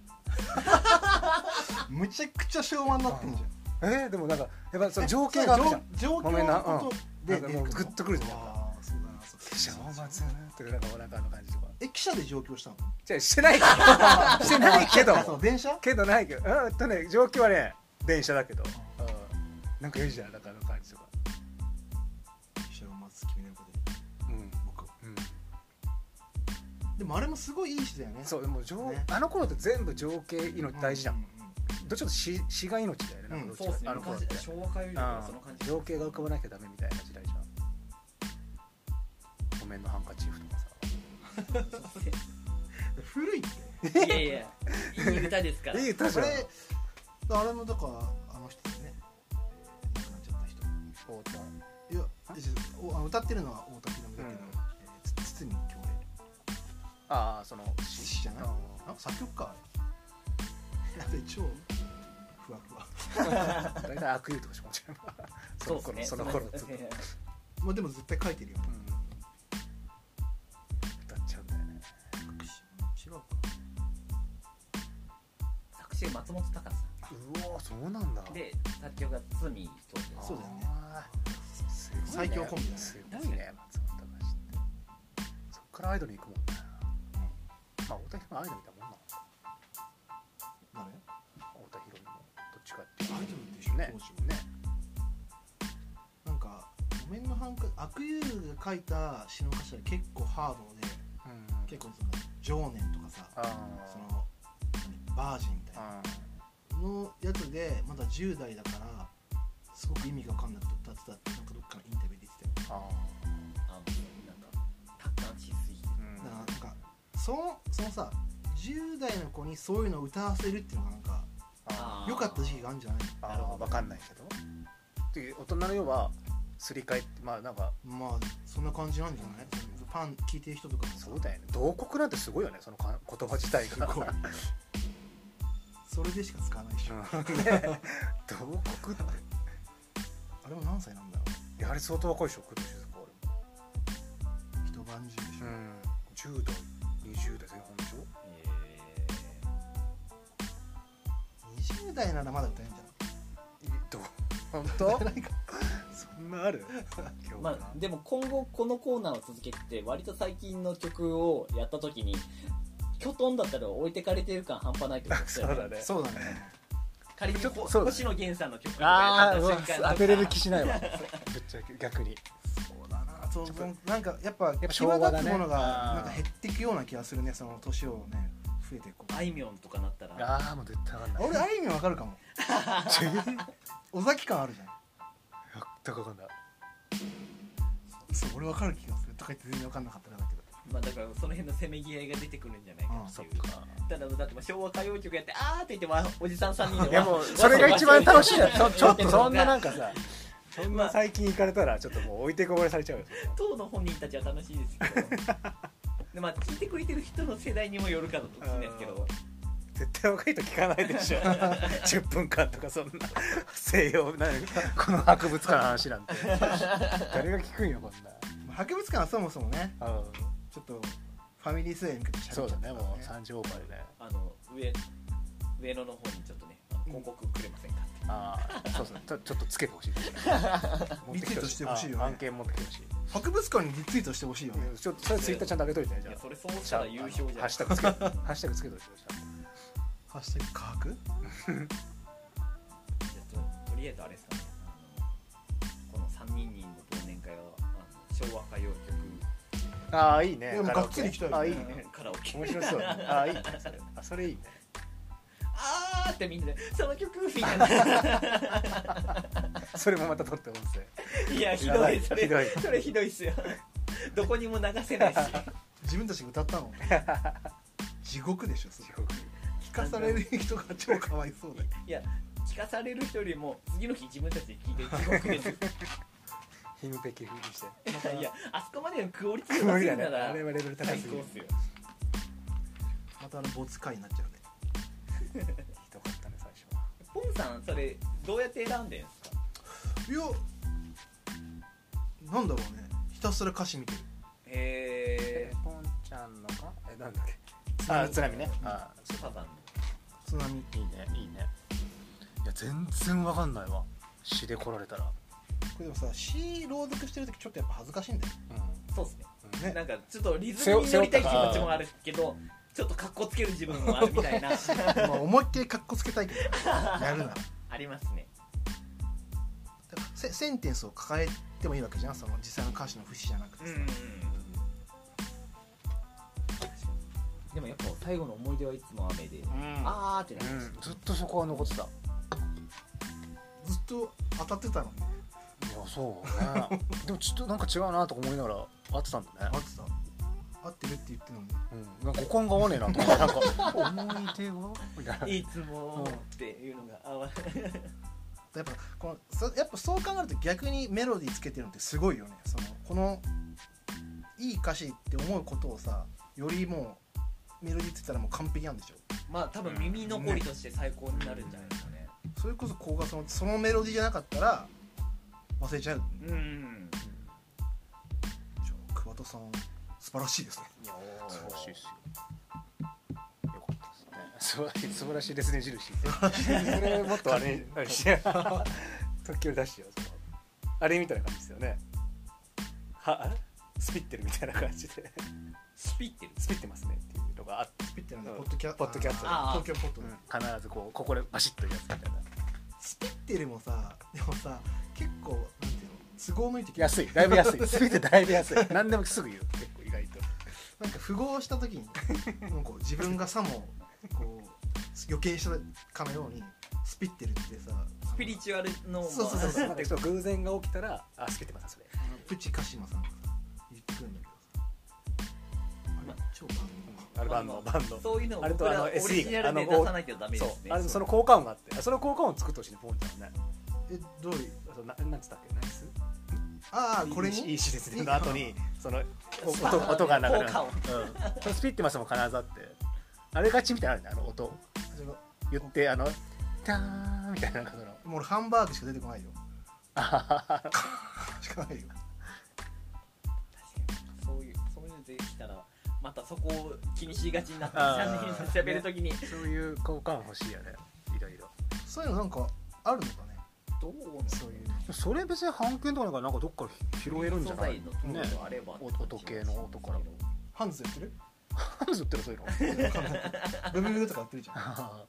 [SPEAKER 2] むちゃくちゃ昭和になってんじゃん
[SPEAKER 3] えーでもなんかやっぱその情景があるじゃん
[SPEAKER 2] 情
[SPEAKER 3] ご
[SPEAKER 2] 景
[SPEAKER 3] めんな
[SPEAKER 2] のこと
[SPEAKER 3] うん
[SPEAKER 2] で
[SPEAKER 3] なんかもうグッとくるじゃん
[SPEAKER 2] ああそうだなそう
[SPEAKER 3] 「シャワマツン」とかなんかなんかあの感じとか
[SPEAKER 2] え汽車で上京したの
[SPEAKER 3] じゃあしてないけど してないけど
[SPEAKER 2] あそう電車
[SPEAKER 3] けどないけどうんえっとね状況はね電車だけど、うん、なんかいいじゃんなんかあの感じとか
[SPEAKER 2] 汽車をまず君の横で
[SPEAKER 3] うん、
[SPEAKER 2] 僕
[SPEAKER 3] うん、
[SPEAKER 2] でもあれもすごいいい詩だよね
[SPEAKER 3] そうでも情、
[SPEAKER 2] ね
[SPEAKER 3] あの頃って全部情景命大事じゃん、
[SPEAKER 2] うう
[SPEAKER 3] どっちかというと詩詩が命だよねなんかど
[SPEAKER 2] ん
[SPEAKER 3] っち
[SPEAKER 1] そう
[SPEAKER 3] か
[SPEAKER 1] ですね
[SPEAKER 3] あの頃って
[SPEAKER 1] 昔昭和歌謡曲はその感
[SPEAKER 3] うん
[SPEAKER 1] じ
[SPEAKER 3] 情景が浮かばなきゃダメみたいな時代じゃん木綿のハンカチーフとかさ
[SPEAKER 2] ん古いって
[SPEAKER 1] いやいやいい歌ですから
[SPEAKER 3] いい歌じ
[SPEAKER 2] そ
[SPEAKER 3] ゃん
[SPEAKER 2] れあれもだからあの人だよねえー亡くなっちゃった人
[SPEAKER 3] そうだ
[SPEAKER 2] いやえちょおあの歌ってるのは太田裕美だけど
[SPEAKER 3] うん
[SPEAKER 2] えーつ堤恭
[SPEAKER 3] ああその
[SPEAKER 2] 平詩じゃないあ作曲家 あれ超ふわふわ
[SPEAKER 3] 大体悪友とかしかもちろん
[SPEAKER 1] そうですね
[SPEAKER 3] その頃 ずっと、うん、
[SPEAKER 2] まあでも絶対書いてるよね
[SPEAKER 3] 歌っちゃうんだよね
[SPEAKER 2] 違うか
[SPEAKER 1] 作詞が松本隆さん
[SPEAKER 3] うおそうなんだ
[SPEAKER 1] で作曲が罪と
[SPEAKER 2] あ
[SPEAKER 1] です
[SPEAKER 2] そうだよね
[SPEAKER 3] あーすごいね
[SPEAKER 2] 最強コンビだね
[SPEAKER 3] すごいね松本隆ってそっからアイドル行くもんねまあ太田博もアイドルみたいなもんなのか
[SPEAKER 2] 誰
[SPEAKER 3] 太田博もどっちかっていうと
[SPEAKER 2] アイドルでしょ
[SPEAKER 3] ね
[SPEAKER 2] 当時は
[SPEAKER 3] ね
[SPEAKER 2] なんか「木綿のハンカ悪友が書いた詩の歌詞は結構ハードで
[SPEAKER 3] うん
[SPEAKER 2] 結構その情念とかさ
[SPEAKER 3] あ
[SPEAKER 2] その何バージンみたいな
[SPEAKER 3] あ
[SPEAKER 2] のやつでまだ10代だからすごく意味が分かんなくて歌ってたってなんかどっかのインタビューで言ってたよ
[SPEAKER 3] あ
[SPEAKER 1] あのなんか達観しすぎて
[SPEAKER 3] うん
[SPEAKER 2] だからなんかそのそのさ10代の子にそういうのを歌わせるっていうのがなんか
[SPEAKER 3] あ
[SPEAKER 2] 良かった時期があるんじゃない
[SPEAKER 3] ー
[SPEAKER 1] なるほ
[SPEAKER 3] あ
[SPEAKER 1] ど
[SPEAKER 3] 分かんないけどっていう大人の要はすり替えってまあなんか
[SPEAKER 2] まあそんな感じなんじゃないファン聞いてる人とかもさ
[SPEAKER 3] そうだよね同国なんてすごいよねそのか言葉自体が
[SPEAKER 2] すごいそれでしか使わないでしょ、
[SPEAKER 3] うんね同国って
[SPEAKER 2] あれも何歳なんだろ
[SPEAKER 3] いやあれ相当若いでしょ工藤静香俺も
[SPEAKER 2] う一晩中でしょ、
[SPEAKER 3] うん10代20代前半でしょ
[SPEAKER 1] え
[SPEAKER 2] 20代ならまだ歌えんじゃない
[SPEAKER 3] えっと本当そんなある 今
[SPEAKER 1] ーまあでも今後このコーナーを続けて割と最近の曲をやった時にキョトンだったら置いてかれてる感半端ないってことです
[SPEAKER 3] そ
[SPEAKER 1] よ
[SPEAKER 3] う
[SPEAKER 1] ね
[SPEAKER 3] だね
[SPEAKER 2] そうだね
[SPEAKER 1] 仮に
[SPEAKER 3] ちょっと
[SPEAKER 1] ほ
[SPEAKER 3] そうだね
[SPEAKER 1] 星野源さんの曲とか
[SPEAKER 3] あ
[SPEAKER 1] や
[SPEAKER 3] あ
[SPEAKER 1] った瞬間とか
[SPEAKER 3] 当てれる気しないわぶっちゃけ逆に
[SPEAKER 2] そうだなそう
[SPEAKER 3] ちょっ
[SPEAKER 2] なんかやっぱ
[SPEAKER 3] ぱ昭
[SPEAKER 2] 際
[SPEAKER 3] 和だね
[SPEAKER 2] 立つものが
[SPEAKER 3] あー
[SPEAKER 2] なんか減っていくような気がするねその年をね増えていこう
[SPEAKER 1] あいみょんとかなったら
[SPEAKER 3] ああもう絶対わかんない
[SPEAKER 2] 俺あいみょんわかるかも尾崎感あるじゃん
[SPEAKER 3] 全くわかんない
[SPEAKER 2] そう俺わかる気がするとか言って全然わかんなかったらだけど
[SPEAKER 1] まあだからその辺のせめぎ合いが出てくるんじゃないかって
[SPEAKER 3] そ
[SPEAKER 1] い
[SPEAKER 3] っ
[SPEAKER 1] う
[SPEAKER 3] か
[SPEAKER 1] ただだってまあ昭和歌謡曲やってあーって言ってわおじさん3人で
[SPEAKER 3] いやも
[SPEAKER 1] わ
[SPEAKER 3] うそれが一番楽しい じゃんちょちょっとそんな
[SPEAKER 1] な
[SPEAKER 3] なんんかさそん
[SPEAKER 1] まあ
[SPEAKER 3] な最近行かれたらちょっともう置いてこぼれされちゃうよ
[SPEAKER 1] 当の本人たちは楽しいですけどでまあ聞いてくれてる人の世代にもよるかと思うんですけど
[SPEAKER 3] 絶対若いと聞かないで しょ10分間とかそんな西洋なこの博物館の話なんて誰が聞くんよこんな
[SPEAKER 2] まあ博物館はそもそもね
[SPEAKER 3] あ
[SPEAKER 2] ちょっとファミリー世代に向けてしゃ
[SPEAKER 3] そうだねもう
[SPEAKER 2] う
[SPEAKER 3] 3時オーバーでね
[SPEAKER 1] あの上上野の方にちょっとねあの広告くれませんかって
[SPEAKER 3] ああそうそうちょちょっとつけてほしい
[SPEAKER 2] リツイートしてほしいよね
[SPEAKER 3] あ案件持ってきてほしい
[SPEAKER 2] 博物館にリツイートしてほしいよね
[SPEAKER 3] ちょっとそれツイッターちゃんと上げといてねじ
[SPEAKER 1] い
[SPEAKER 3] ゃ
[SPEAKER 1] やそ
[SPEAKER 3] あ
[SPEAKER 1] れそうしたら優勝じゃん
[SPEAKER 3] ハッシュタグつけハッシュタグつけといてちゃんと
[SPEAKER 2] ハッシュタグ科学
[SPEAKER 1] じゃあととりあえずあれですかねあのこの3人人の忘年会はあの昭和歌謡
[SPEAKER 3] ああいいね
[SPEAKER 2] でも
[SPEAKER 3] カラオ
[SPEAKER 2] がっ
[SPEAKER 3] ケ
[SPEAKER 2] つり行きたいよね
[SPEAKER 3] あいいね
[SPEAKER 1] 曲カラオケ
[SPEAKER 3] 面白そうだねああいいねそれあそれい いね
[SPEAKER 1] あーってみんなでその曲み たいな
[SPEAKER 3] それもまた撮って音声
[SPEAKER 1] いやひどいそれ
[SPEAKER 3] ひどい
[SPEAKER 1] それひどいっすよどこにも流せないし
[SPEAKER 2] 自分たちが歌った の地獄でしょそれ
[SPEAKER 3] 地獄
[SPEAKER 2] 聞かされる人が超かわいそうだよ
[SPEAKER 1] いや聞かされる人よりも次の日自分たちで聞いて地獄 です
[SPEAKER 3] 貧乏風にして
[SPEAKER 1] いやあそこまでのクオリティを
[SPEAKER 3] 無
[SPEAKER 1] 出
[SPEAKER 3] 理
[SPEAKER 1] せ
[SPEAKER 3] だ
[SPEAKER 1] ん
[SPEAKER 3] ね
[SPEAKER 1] なら
[SPEAKER 3] あれはレベル高
[SPEAKER 1] 最
[SPEAKER 3] すぎ
[SPEAKER 1] 高
[SPEAKER 3] る
[SPEAKER 1] っすよ
[SPEAKER 2] またあの没回になっちゃうね
[SPEAKER 3] ひどかったね最初は
[SPEAKER 1] ポンさんそれどうやって選んでんすか
[SPEAKER 2] いやなんだろうねひたすら歌詞見てる
[SPEAKER 1] え
[SPEAKER 3] えポンちゃんのかえなんだっけあ津波ねあ
[SPEAKER 1] ー、サザンの
[SPEAKER 2] 津波
[SPEAKER 3] いいねいいねいや全然わかんないわ詩で来られたら
[SPEAKER 2] これでもさ詩朗読してる時ちょっとやっぱ恥ずかしいんだよ
[SPEAKER 3] う
[SPEAKER 1] そうっすね
[SPEAKER 2] ね
[SPEAKER 1] なんかちょっとリズムに乗りたい気持ちもあるけどちょっと格好つける自分もあるみたいな
[SPEAKER 2] まあ思いっきりかっこつけたいけどやるならだか
[SPEAKER 1] ありますね
[SPEAKER 2] らセセンテンスを抱えてもいいわけじゃんその実際の歌詞の節じゃなくて
[SPEAKER 1] うん
[SPEAKER 2] さ、
[SPEAKER 1] うんうんでもやっぱ最後の思い出はいつも雨で、
[SPEAKER 3] んあ
[SPEAKER 1] あーってなり
[SPEAKER 3] う
[SPEAKER 1] ま
[SPEAKER 3] んずっとそこは残ってたい
[SPEAKER 2] ずっと当たってたのね
[SPEAKER 3] や そうねでもちょっとなんか違うなとか思いながら合ってたんだね
[SPEAKER 2] 合ってた合ってるって言ってるのに
[SPEAKER 3] うんなんか五感が合わねえなと思ってなんか思い出はみたいな
[SPEAKER 1] すいつもっていうのが合わない
[SPEAKER 2] やっぱこのそやっぱそう考えると逆にメロディーつけてるのってすごいよねそのこのいい歌詞って思うことをさよりもうメロディーって言ったらもう完璧なんでしょ
[SPEAKER 1] まあ多分耳残りとして最高になるんじゃないですかね
[SPEAKER 2] それこそこうがそのそのメロディーじゃなかったら忘れちゃう
[SPEAKER 1] うん、うん、
[SPEAKER 2] じゃあ桑田さん素晴らしいですね
[SPEAKER 3] 素晴らしいですよよかったですね素晴素晴らしいですね印これもっとあれあれして特許出してよそのあれみたいな感じですよねはあれスピってるみたいな感じで
[SPEAKER 1] スピってる
[SPEAKER 3] スピってますねっていうのがあって
[SPEAKER 2] スピってなんだ
[SPEAKER 3] うん
[SPEAKER 2] ポッドキャ
[SPEAKER 3] ポッドキャスト
[SPEAKER 2] あー東京ポッドね
[SPEAKER 3] 必ずこうここでバシッとやつみたいな
[SPEAKER 2] スピってるもさでもさ結構なんていうの都合のいい時
[SPEAKER 3] 安いだいぶ安いスピってだいぶ安い何でもすぐ言う結構意外と
[SPEAKER 2] なんか符合した時になんか自分がさもこう予見したかのようにスピってるってさ
[SPEAKER 1] スピリチュアルの
[SPEAKER 2] そうそうそう
[SPEAKER 1] まあ
[SPEAKER 3] なんかちょっと偶然が起きたらあスピってますそれ
[SPEAKER 2] あのプチカシマさんがさ言ってくるんだけどさあれ超番
[SPEAKER 3] あれバンドバンド
[SPEAKER 1] そういうのを
[SPEAKER 3] あれ
[SPEAKER 1] 僕
[SPEAKER 3] とあ
[SPEAKER 1] ら
[SPEAKER 3] の
[SPEAKER 1] オリ
[SPEAKER 3] SE
[SPEAKER 1] ジナルで
[SPEAKER 3] があの
[SPEAKER 1] 出さないとダメで
[SPEAKER 3] そう
[SPEAKER 1] すね
[SPEAKER 3] あれその効果音があってあその効果音作ってほしいねポンちゃんはね
[SPEAKER 2] えどういう
[SPEAKER 3] そうななんつったっけナイス
[SPEAKER 2] ああこれに
[SPEAKER 3] いい詩ですねの後にそのお音
[SPEAKER 1] そう
[SPEAKER 3] 音が流れる
[SPEAKER 1] 効果音
[SPEAKER 3] うんそのスピってますも必ずあってあれがちみたいなのあるねあの音
[SPEAKER 2] それが
[SPEAKER 3] 言ってあのダーンみたいななんかその
[SPEAKER 2] もう俺ハンバーグしか出てこないよ
[SPEAKER 3] あははは
[SPEAKER 2] しかないよ
[SPEAKER 1] 確かにそういうそういうのできたらまたそこを気にしがちになって3人で喋るときに
[SPEAKER 3] そういう効果音欲しいよねいろいろ
[SPEAKER 2] そういうのなんかあるのかね
[SPEAKER 1] どう
[SPEAKER 2] そういう
[SPEAKER 3] それ別に半券とかなんかなんかどっか拾えるんじゃな
[SPEAKER 1] 素材
[SPEAKER 3] い
[SPEAKER 1] のところがあれば
[SPEAKER 3] ねお音系の音から
[SPEAKER 2] ハンズやってる
[SPEAKER 3] ハンズ売ってるそういうの
[SPEAKER 2] ブブブブとかやってるじゃん
[SPEAKER 3] あ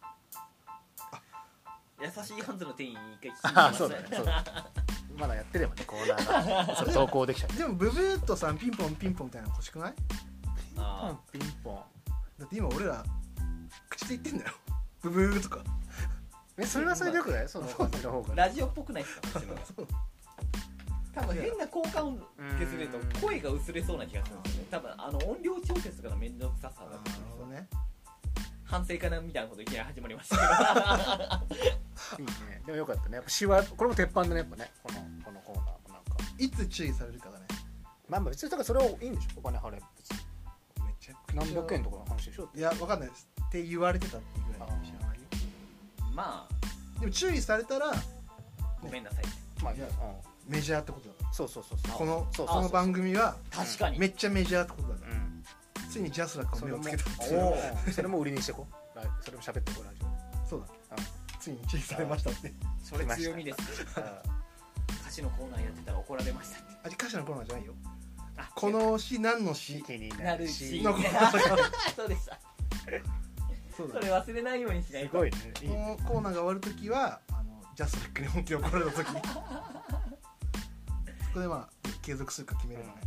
[SPEAKER 1] 優しいハンズの店員に一回聞いてみま
[SPEAKER 3] あ
[SPEAKER 1] す
[SPEAKER 3] そうだねそうだねまだやってればねコーナーがそれ投稿できちゃう
[SPEAKER 2] でもブブーとさピンポンピンポンみたいなの欲しくない
[SPEAKER 1] あ
[SPEAKER 3] ピンポン
[SPEAKER 2] だって今俺ら口で言ってんだよブブーとか
[SPEAKER 3] えそれはそれでよくないその感じの方
[SPEAKER 1] ー
[SPEAKER 3] が
[SPEAKER 1] ラジオっぽくないですかこっちの方が
[SPEAKER 2] そう
[SPEAKER 1] 多分変な効果音消すると声が薄れそうな気がするんですよね多分あの音量調節とかの面倒くささ
[SPEAKER 2] あ
[SPEAKER 1] が
[SPEAKER 2] なるほどね
[SPEAKER 1] 反省かなみたいなこといきなり始まりましたけど
[SPEAKER 3] いいねでもよかったねやっぱシワこれも鉄板だねやっぱねこのこのコーナーもなんか
[SPEAKER 2] いつ注意されるかだね
[SPEAKER 3] まあまあ別にだからそれをいいんでしょお金払えば別に
[SPEAKER 2] めちゃくちゃ
[SPEAKER 3] 何百円とかの話でしょ
[SPEAKER 2] いやわかんないですって言われてたっていうぐらいかもしれないよ
[SPEAKER 1] まあ
[SPEAKER 2] でも注意されたら
[SPEAKER 1] ごめんなさいって
[SPEAKER 3] まあ、
[SPEAKER 2] い
[SPEAKER 3] うん
[SPEAKER 2] や、メジャーってことだから
[SPEAKER 3] そうそうそうそう
[SPEAKER 2] この
[SPEAKER 3] そうそうそう
[SPEAKER 2] この番組は
[SPEAKER 1] 確かに
[SPEAKER 2] めっちゃメジャーってことだか
[SPEAKER 3] うん
[SPEAKER 2] らついにジャスラック
[SPEAKER 3] そ
[SPEAKER 2] を目
[SPEAKER 3] れ
[SPEAKER 2] を
[SPEAKER 3] も
[SPEAKER 2] つけたっていう
[SPEAKER 3] おーそれも売りにしてこうラそれも喋ってこうラジオ
[SPEAKER 2] そうだついに注意されましたって
[SPEAKER 1] それ強みです
[SPEAKER 3] あ
[SPEAKER 1] 歌詞のコーナーやってたら怒られましたって
[SPEAKER 2] あれ歌詞のコーナーじゃないよ
[SPEAKER 1] あ
[SPEAKER 2] この詩何の
[SPEAKER 3] ー
[SPEAKER 2] 詩
[SPEAKER 3] 気に
[SPEAKER 1] な
[SPEAKER 3] な
[SPEAKER 1] る
[SPEAKER 3] る
[SPEAKER 1] し
[SPEAKER 3] し
[SPEAKER 2] のコーナーだか ら
[SPEAKER 1] そうでした
[SPEAKER 2] そう
[SPEAKER 1] そ
[SPEAKER 2] だ
[SPEAKER 1] れ忘れないようにしない
[SPEAKER 3] す
[SPEAKER 1] と
[SPEAKER 3] ごいねいい
[SPEAKER 2] このコーナーが終わるときはあのジャスラックに本気で怒られたとき そこでまあ継続するか決めるのね、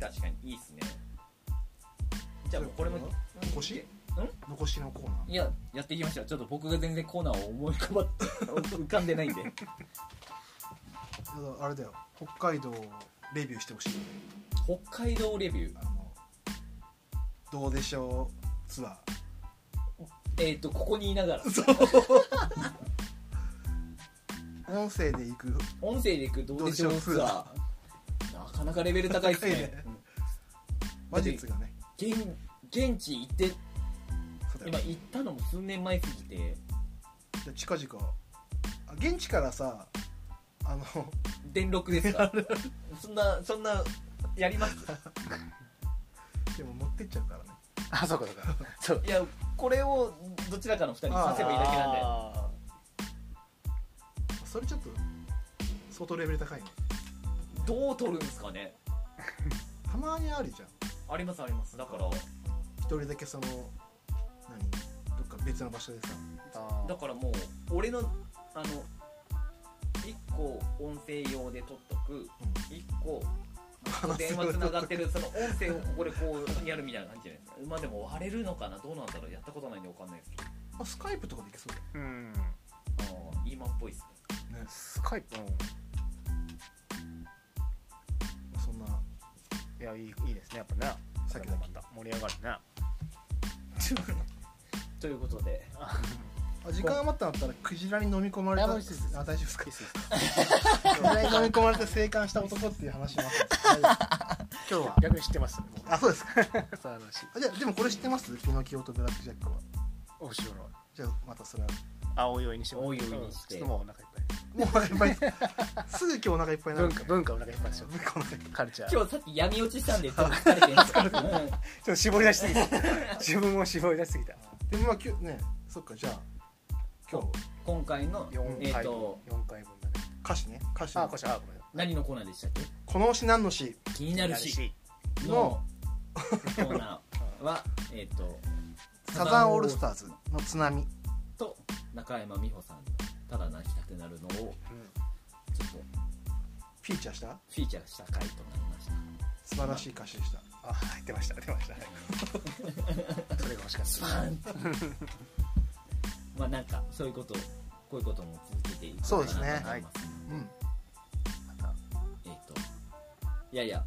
[SPEAKER 1] 確かにいいっすねじゃあもうこれも
[SPEAKER 2] 残し残しのコーナ
[SPEAKER 1] いややっていきましょうちょっと僕が全然コーナーを思い浮かば浮かんで ないんで
[SPEAKER 2] ーだからあれだよ北海道をレビューしてほしいよね
[SPEAKER 1] 北海道レビュー
[SPEAKER 2] あのどうでしょうツア
[SPEAKER 1] えっ、とここにいながら
[SPEAKER 2] ー音声で行く
[SPEAKER 1] 音声で行くどうでしょうツアーなかなかレベル高いっす
[SPEAKER 2] 高い
[SPEAKER 1] ね
[SPEAKER 2] ね話術がね
[SPEAKER 1] 現現地行って
[SPEAKER 2] そうだよ
[SPEAKER 1] 今行ったのも数年前すぎて
[SPEAKER 2] じゃあ近々あ現地からさあの
[SPEAKER 1] 電録ですから そんなそんなやります
[SPEAKER 2] でも持ってっちゃうからね
[SPEAKER 3] あそうかそうかそう
[SPEAKER 1] いやこれをどちらかの2人にさせばいいだけなんで
[SPEAKER 3] あ
[SPEAKER 2] それちょっと相当レベル高いね
[SPEAKER 1] どう取るんですかね
[SPEAKER 2] たまにあるじゃん
[SPEAKER 1] ありますありますだから
[SPEAKER 2] 一人だけその何どっか別の場所でさ
[SPEAKER 3] ーあ
[SPEAKER 1] だ
[SPEAKER 3] ー
[SPEAKER 1] からもう俺のあの1個音声用で撮っとく1個電話つながってるその音声をここでこうやるみたいな感じじゃないですかまあでも割れるのかなどうなんだろうやったことないんで分かんないですけど
[SPEAKER 2] あスカイプとかでいけそうだよ
[SPEAKER 3] うん
[SPEAKER 1] あー今っぽいっすね
[SPEAKER 2] ね
[SPEAKER 3] スカイプうん
[SPEAKER 2] そんない
[SPEAKER 3] やいいいいですねやっぱね
[SPEAKER 2] さっきの
[SPEAKER 3] また盛り上がるね
[SPEAKER 1] ということで
[SPEAKER 2] あ時間余ったんだったらクジラに飲み込まれ
[SPEAKER 3] い
[SPEAKER 2] たあ
[SPEAKER 3] やもういいです
[SPEAKER 2] 大丈夫ですか
[SPEAKER 3] いいっすいいっす
[SPEAKER 2] クジラに飲み込まれて生還した男っていう話 もあったんですけど大丈夫今日は
[SPEAKER 3] 逆に知ってますねもう
[SPEAKER 2] あそうですか
[SPEAKER 3] その話
[SPEAKER 2] あじゃあでもこれ知ってますピノキオとブラックジャックは
[SPEAKER 3] 面白い
[SPEAKER 2] じゃあまたそれは
[SPEAKER 3] 青いお湯にして
[SPEAKER 1] 青いお湯にして
[SPEAKER 3] うんちょっともうお腹いっ
[SPEAKER 2] もうお
[SPEAKER 3] ぱい
[SPEAKER 2] 腹いっぱい すぐ今日お腹いっぱいになる
[SPEAKER 3] 文化文化お腹いっぱいですよ
[SPEAKER 2] 文化お腹いっ
[SPEAKER 3] カ ルチャーちょ
[SPEAKER 1] 今日さっき闇落ちしたん でちょっと 疲れてるんですけど
[SPEAKER 3] っと絞り出しすぎた自分を絞り出しすぎた
[SPEAKER 2] ぱいでもまあきゅねそっかじゃあ今
[SPEAKER 1] 今
[SPEAKER 2] 日
[SPEAKER 1] 日今回の
[SPEAKER 3] 4
[SPEAKER 1] えー
[SPEAKER 3] 回分、
[SPEAKER 1] と
[SPEAKER 3] 四回分だね
[SPEAKER 2] 歌詞ね歌詞
[SPEAKER 3] あ
[SPEAKER 2] の
[SPEAKER 3] こしあごめん
[SPEAKER 1] 何のコーナーでしたっけ
[SPEAKER 2] この詩何の詩
[SPEAKER 1] 気になるしの
[SPEAKER 2] の
[SPEAKER 1] コーナーはえっと
[SPEAKER 2] サザンオールスターズの津波
[SPEAKER 1] と中山美穂さんの「ただ泣きたくなるの」をちょっ
[SPEAKER 3] うん
[SPEAKER 1] と
[SPEAKER 2] フィーチャーした
[SPEAKER 1] フィーチャーした回となりました
[SPEAKER 2] 素晴らしい歌詞でした
[SPEAKER 3] あはい出ました出ましたはいそれが欲しか
[SPEAKER 1] ス
[SPEAKER 3] っ
[SPEAKER 1] パーンとまあなんかそういうことこういうことも続けていく
[SPEAKER 2] そうです
[SPEAKER 1] か
[SPEAKER 2] ね
[SPEAKER 1] なと思います
[SPEAKER 2] うん
[SPEAKER 1] またえっ、といやいや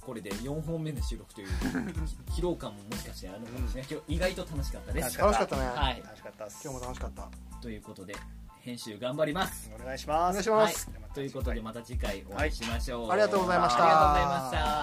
[SPEAKER 1] これで4本目の収録という疲労感ももしかしてあるのかもしれないけど、意外と楽しかったで
[SPEAKER 3] 楽し
[SPEAKER 1] す
[SPEAKER 3] か
[SPEAKER 2] 楽しかったね、
[SPEAKER 1] は
[SPEAKER 3] た
[SPEAKER 1] い
[SPEAKER 3] 楽しかったっす
[SPEAKER 2] 今日も楽しかった
[SPEAKER 1] ということで編集頑張ります
[SPEAKER 3] お願いし
[SPEAKER 2] お
[SPEAKER 3] ます
[SPEAKER 2] 願いします
[SPEAKER 1] はい、ということでまた次回お会いしましょう、
[SPEAKER 2] はいありがとうございました
[SPEAKER 1] ありがとうございました